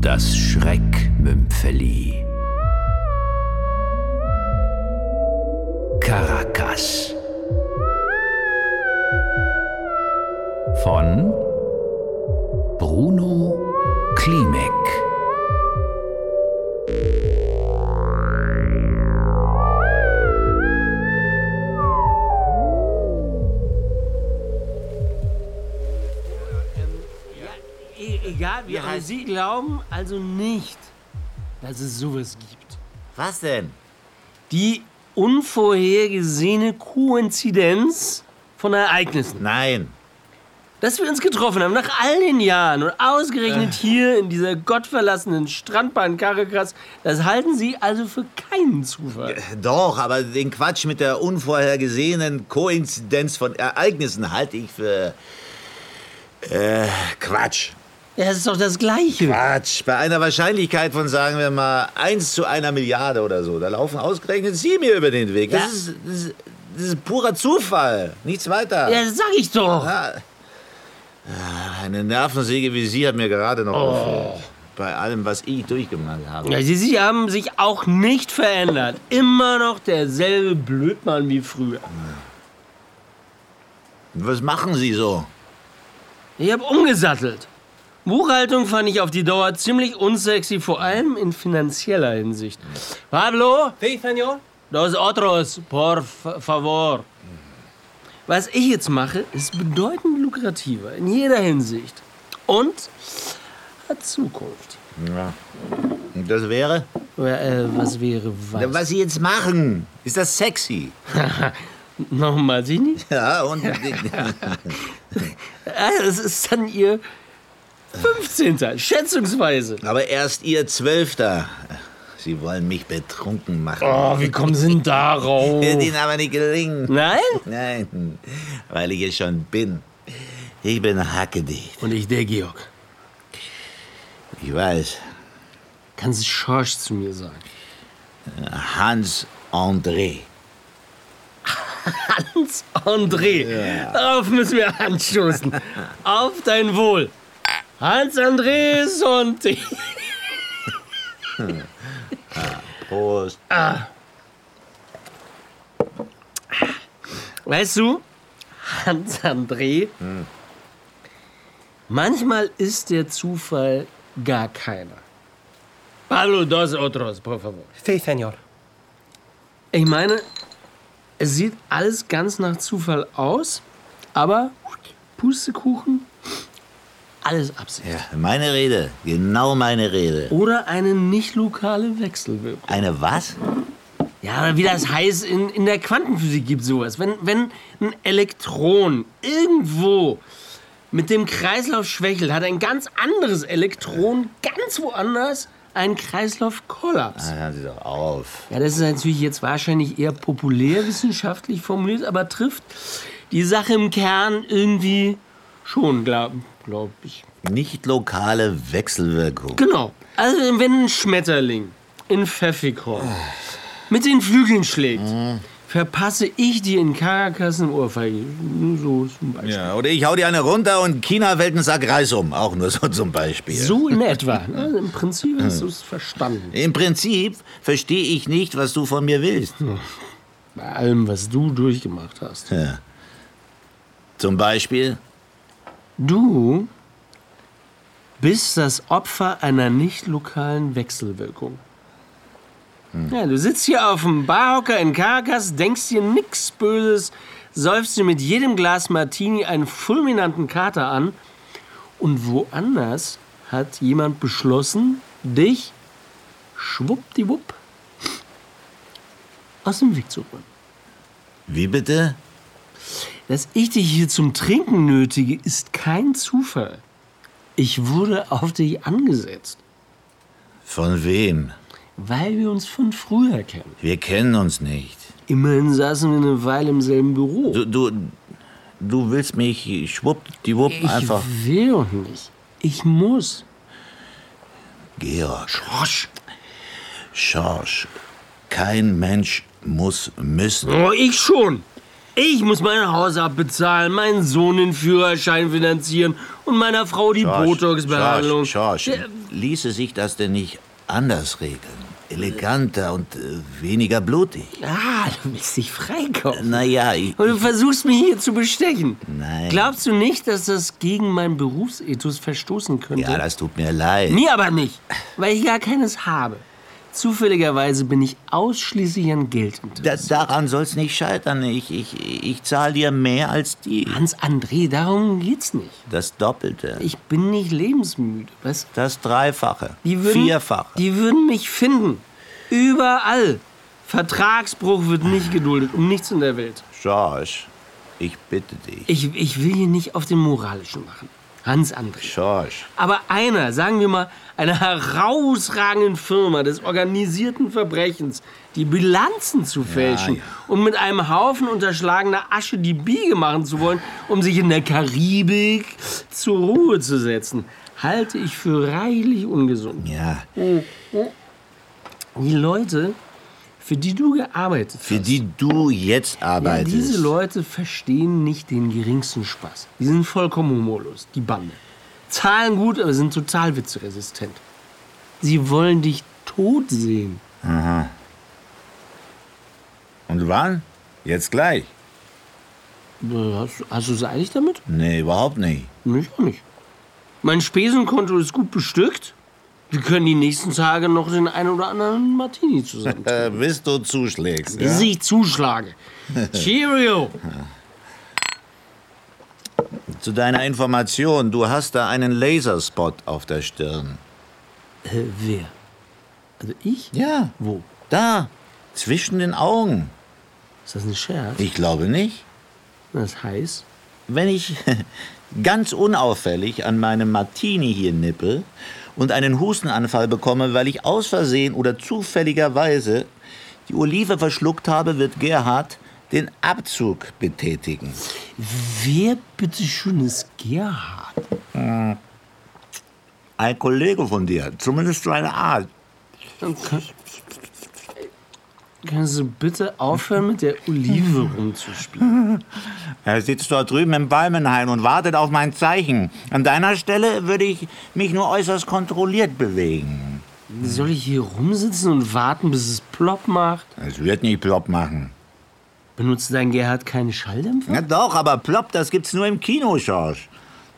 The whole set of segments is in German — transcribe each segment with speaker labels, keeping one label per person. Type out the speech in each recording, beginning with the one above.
Speaker 1: Das Schreckmümpfeli. Caracas. Von Bruno Klimek.
Speaker 2: E egal wie,
Speaker 3: Ja,
Speaker 2: aber
Speaker 3: halt.
Speaker 2: Sie glauben also nicht, dass es sowas gibt.
Speaker 3: Was denn?
Speaker 2: Die unvorhergesehene Koinzidenz von Ereignissen.
Speaker 3: Nein.
Speaker 2: Dass wir uns getroffen haben nach all den Jahren und ausgerechnet hier in dieser gottverlassenen Strandbahn Caracas, das halten Sie also für keinen Zufall.
Speaker 3: Doch, aber den Quatsch mit der unvorhergesehenen Koinzidenz von Ereignissen halte ich für. Äh, Quatsch.
Speaker 2: Ja, das ist doch das Gleiche.
Speaker 3: Quatsch. Bei einer Wahrscheinlichkeit von, sagen wir mal, 1 zu einer Milliarde oder so, da laufen ausgerechnet Sie mir über den Weg. Das,
Speaker 2: Ja.
Speaker 3: ist, das, ist, das ist purer Zufall. Nichts weiter.
Speaker 2: Ja, das sag ich doch.
Speaker 3: Ja. Ah, Eine Nervensäge wie Sie hat mir gerade noch aufgehört. Bei allem, was ich durchgemacht habe.
Speaker 2: Oh. Ja, Sie, Sie haben sich auch nicht verändert. Immer noch derselbe Blödmann wie früher.
Speaker 3: Was machen Sie so?
Speaker 2: Ich habe umgesattelt. Buchhaltung fand ich auf die Dauer ziemlich unsexy, vor allem in finanzieller Hinsicht. Pablo? Sí, señor? Dos otros, por fa- favor. Was ich jetzt mache, ist bedeutend lukrativer in jeder Hinsicht. Und hat Zukunft.
Speaker 3: Ja. Und das wäre?
Speaker 2: Ja, äh, was wäre was?
Speaker 3: Was Sie jetzt machen, ist das sexy.
Speaker 2: Nochmal, Sie nicht?
Speaker 3: Ja, und.
Speaker 2: Ah, Es ist dann Ihr 15. schätzungsweise.
Speaker 3: Aber erst Ihr Zwölfter. Sie wollen mich betrunken machen.
Speaker 2: Oh, wie kommen Sie denn darauf?
Speaker 3: Wird Ihnen aber nicht gelingen.
Speaker 2: Nein?
Speaker 3: Nein, weil ich es schon bin. Ich bin hackedicht.
Speaker 2: Und ich, der Georg.
Speaker 3: Ich weiß.
Speaker 2: Kannst du Schorsch zu mir sagen?
Speaker 3: Hans-André.
Speaker 2: Hans André. Darauf müssen wir anstoßen. Auf dein Wohl. Hans André Sonti.
Speaker 3: Prost.
Speaker 2: Weißt du, Hans André, manchmal ist der Zufall gar keiner. Pablo dos otros, por favor.
Speaker 4: Sí, señor.
Speaker 2: Ich meine, es sieht alles ganz nach Zufall aus, aber Pustekuchen, alles Absicht.
Speaker 3: Ja, meine Rede. Genau meine Rede.
Speaker 2: Oder eine nicht lokale Wechselwirkung.
Speaker 3: Eine was?
Speaker 2: Ja, aber wie das heißt, in, in der Quantenphysik gibt sowas. Wenn, wenn ein Elektron irgendwo mit dem Kreislauf schwächelt, hat ein ganz anderes Elektron ganz woanders einen Kreislaufkollaps.
Speaker 3: Ah, hören Sie doch auf.
Speaker 2: Ja, das ist natürlich jetzt wahrscheinlich eher populärwissenschaftlich formuliert, aber trifft die Sache im Kern irgendwie schon, glaube glaub ich.
Speaker 3: Nicht lokale Wechselwirkung.
Speaker 2: Genau. Also wenn ein Schmetterling in Pfeffikorn mit den Flügeln schlägt, verpasse ich dir in Caracas eine Ohrfeige. Nur so zum Beispiel.
Speaker 3: Ja, oder ich hau dir eine runter und China wählt einen Sack Reis um. Auch nur so zum Beispiel.
Speaker 2: So in etwa. Also Im Prinzip hast du es verstanden.
Speaker 3: Im Prinzip verstehe ich nicht, was du von mir willst.
Speaker 2: Bei allem, was du durchgemacht hast.
Speaker 3: Ja. Zum Beispiel?
Speaker 2: Du bist das Opfer einer nicht lokalen Wechselwirkung. Ja, du sitzt hier auf dem Barhocker in Caracas, denkst dir nix Böses, säufst dir mit jedem Glas Martini einen fulminanten Kater an und woanders hat jemand beschlossen, dich schwuppdiwupp aus dem Weg zu räumen.
Speaker 3: Wie bitte?
Speaker 2: Dass ich dich hier zum Trinken nötige, ist kein Zufall. Ich wurde auf dich angesetzt,
Speaker 3: Von wem?
Speaker 2: weil wir uns von früher kennen.
Speaker 3: Wir kennen uns nicht.
Speaker 2: Immerhin saßen wir eine Weile im selben Büro.
Speaker 3: Du, du, du willst mich schwuppdiwupp
Speaker 2: ich
Speaker 3: einfach.
Speaker 2: will doch nicht. Ich muss.
Speaker 3: Georg. Schorsch. Schorsch. Kein Mensch muss müssen.
Speaker 2: Oh, ich schon. Ich muss mein Haus abbezahlen, meinen Sohn den Führerschein finanzieren und meiner Frau die Botox-Behandlung.
Speaker 3: Schorsch, Schorsch, ließe sich das denn nicht anders regeln? Eleganter und äh, weniger blutig.
Speaker 2: Ah, du willst dich freikaufen.
Speaker 3: Naja, ich,
Speaker 2: Und du versuchst mich hier zu bestechen.
Speaker 3: Nein.
Speaker 2: Glaubst du nicht, dass das gegen meinen Berufsethos verstoßen könnte?
Speaker 3: ja, das tut mir leid.
Speaker 2: Mir aber nicht, weil ich gar keines habe. Zufälligerweise bin ich ausschließlich an Geld interessiert.
Speaker 3: Da, daran soll's nicht scheitern. Ich, ich, ich zahle dir mehr als die.
Speaker 2: Hans André, darum geht's nicht.
Speaker 3: Das Doppelte.
Speaker 2: Ich bin nicht lebensmüde. Was?
Speaker 3: Das Dreifache.
Speaker 2: Die würden,
Speaker 3: Vierfache.
Speaker 2: Die würden mich finden. Überall. Vertragsbruch wird nicht geduldet, um nichts in der Welt.
Speaker 3: Schorsch, ich bitte dich.
Speaker 2: Ich, ich will hier nicht auf den Moralischen machen. Hans André.
Speaker 3: Schorsch.
Speaker 2: Aber einer, sagen wir mal, einer herausragenden Firma des organisierten Verbrechens, die Bilanzen zu fälschen
Speaker 3: ja.
Speaker 2: und mit einem Haufen unterschlagener Asche die Biege machen zu wollen, um sich in der Karibik zur Ruhe zu setzen, halte ich für reichlich ungesund.
Speaker 3: Ja,
Speaker 2: Die Leute, für die du gearbeitet hast,
Speaker 3: für die du jetzt
Speaker 2: ja,
Speaker 3: arbeitest.
Speaker 2: diese Leute verstehen nicht den geringsten Spaß. Die sind vollkommen humorlos, die Bande. Zahlen gut, aber sind total witzresistent. Sie wollen dich tot sehen.
Speaker 3: Und wann? Jetzt gleich?
Speaker 2: Äh, Hast, hast du es eilig damit?
Speaker 3: Nee, überhaupt nicht.
Speaker 2: Nicht, auch nicht. Mein Spesenkonto ist gut bestückt. Wir können die nächsten Tage noch den einen oder anderen Martini zusammen.
Speaker 3: Äh, bis du zuschlägst.
Speaker 2: Bis ich zuschlage. Cheerio!
Speaker 3: Zu deiner Information, du hast da einen Laserspot auf der Stirn.
Speaker 2: Äh, wer? Also ich?
Speaker 3: Ja,
Speaker 2: Wo?
Speaker 3: da, zwischen den Augen.
Speaker 2: Ist das ein Scherz?
Speaker 3: Ich glaube nicht.
Speaker 2: Das heißt,
Speaker 3: Wenn ich ganz unauffällig an meinem Martini hier nippe und einen Hustenanfall bekomme, weil ich aus Versehen oder zufälligerweise die Olive verschluckt habe, wird Gerhard den Abzug betätigen.
Speaker 2: wer bitte schön ist Gerhard?
Speaker 3: Ein Kollege von dir, zumindest seine Art.
Speaker 2: Kannst du bitte aufhören, mit der Olive rumzuspielen?
Speaker 3: Er sitzt dort drüben im Balmenhain und wartet auf mein Zeichen. An deiner Stelle würde ich mich nur äußerst kontrolliert bewegen.
Speaker 2: Soll ich hier rumsitzen und warten, bis es plopp macht?
Speaker 3: Es wird nicht plopp machen.
Speaker 2: Benutzt dein Gerhard keinen Schalldämpfer?
Speaker 3: Ja doch, aber plopp, das gibt's nur im Kino, Schorsch.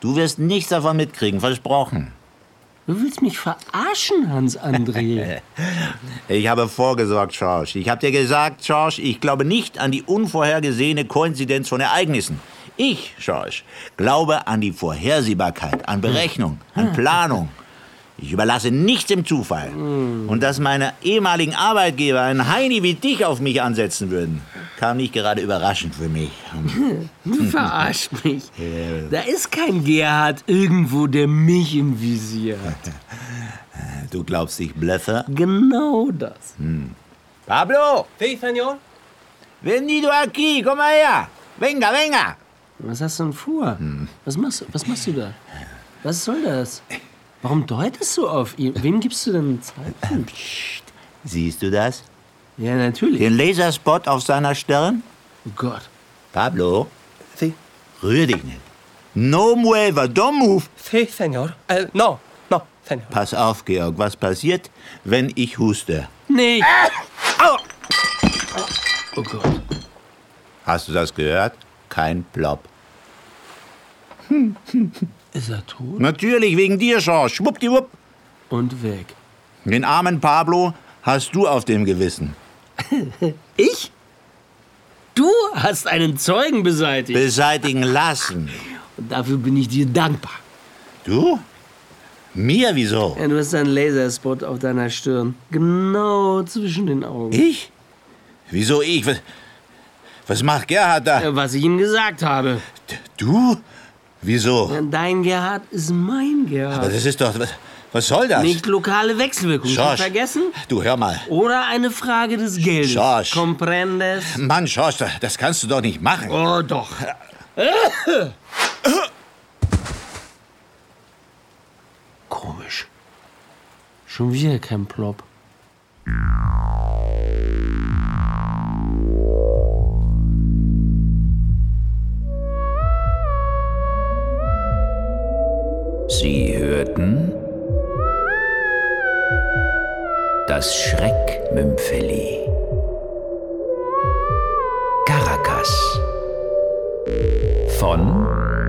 Speaker 3: Du wirst nichts davon mitkriegen, versprochen.
Speaker 2: Du willst mich verarschen, Hans-André.
Speaker 3: Ich habe vorgesorgt, Schorsch. Ich habe dir gesagt, Schorsch, ich glaube nicht an die unvorhergesehene Koinzidenz von Ereignissen. Ich, Schorsch, glaube an die Vorhersehbarkeit, an Berechnung, an Planung. Ich überlasse nichts dem Zufall. Und dass meine ehemaligen Arbeitgeber einen Heini wie dich auf mich ansetzen würden, kam nicht gerade überraschend für mich.
Speaker 2: Du verarschst mich. Da ist kein Gerhard irgendwo, der mich im Visier hat.
Speaker 3: Du glaubst, ich blöffe?
Speaker 2: Genau das.
Speaker 3: Pablo!
Speaker 2: Fähig, Senor?
Speaker 3: Venido aquí, komm mal her. Venga, venga.
Speaker 2: Was hast du denn vor? Was, machst, du- was machst du da? Was soll das? Warum deutest du auf ihn? Wem gibst du denn ein Zeichen?
Speaker 3: Siehst du das?
Speaker 2: Ja, natürlich.
Speaker 3: Den Laserspot auf seiner Stirn?
Speaker 2: Oh Gott.
Speaker 3: Pablo, rühr dich nicht. No mueva, don't move.
Speaker 4: Sí, señor. Äh, no, no, señor.
Speaker 3: Pass auf, Georg, was passiert, wenn ich huste?
Speaker 2: Nee. Oh Gott.
Speaker 3: Hast du das gehört? Kein Plop.
Speaker 2: Ist er tot?
Speaker 3: Natürlich, wegen dir, Schorsch. Schwuppdiwupp.
Speaker 2: Und weg.
Speaker 3: Den armen Pablo hast du auf dem Gewissen.
Speaker 2: Ich? Du hast einen Zeugen beseitigt.
Speaker 3: Beseitigen lassen.
Speaker 2: Und dafür bin ich dir dankbar.
Speaker 3: Du? Mir wieso?
Speaker 2: Ja, du hast einen Laserspot auf deiner Stirn. Genau zwischen den Augen.
Speaker 3: Ich? Wieso ich? Was, was macht Gerhard da?
Speaker 2: Ja, Was ich ihm gesagt habe.
Speaker 3: Du? Wieso?
Speaker 2: Ja, Dein Gerhard ist mein
Speaker 3: Aber
Speaker 2: Gerhard.
Speaker 3: das ist doch. Was, was soll das?
Speaker 2: Nicht lokale Wechselwirkung. Schon
Speaker 3: Schorsch.
Speaker 2: vergessen?
Speaker 3: Du hör mal.
Speaker 2: Oder eine Frage des Geldes.
Speaker 3: Schorsch.
Speaker 2: Comprendes?
Speaker 3: Mann, Schorsch, da- das kannst du doch nicht machen.
Speaker 2: Oh, doch. Komisch. Schon wieder kein Plop.
Speaker 1: Sie hörten das Schreckmümpfeli. Caracas von